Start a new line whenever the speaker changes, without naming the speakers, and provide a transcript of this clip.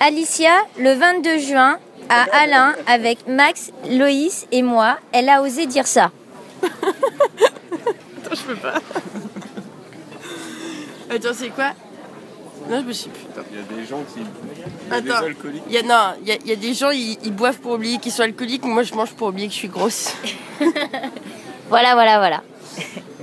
Alicia, le 22 juin, à Alain, avec Max, Loïs et moi, elle a osé dire ça.
Attends, je peux pas. Attends, c'est quoi Non, je me suis plus.
Il y a des gens qui. Il y a des
Attends,
alcooliques.
il y a, non, il y a, il y a des gens, ils, ils boivent pour oublier qu'ils sont alcooliques, moi je mange pour oublier que je suis grosse.
Voilà, voilà, voilà.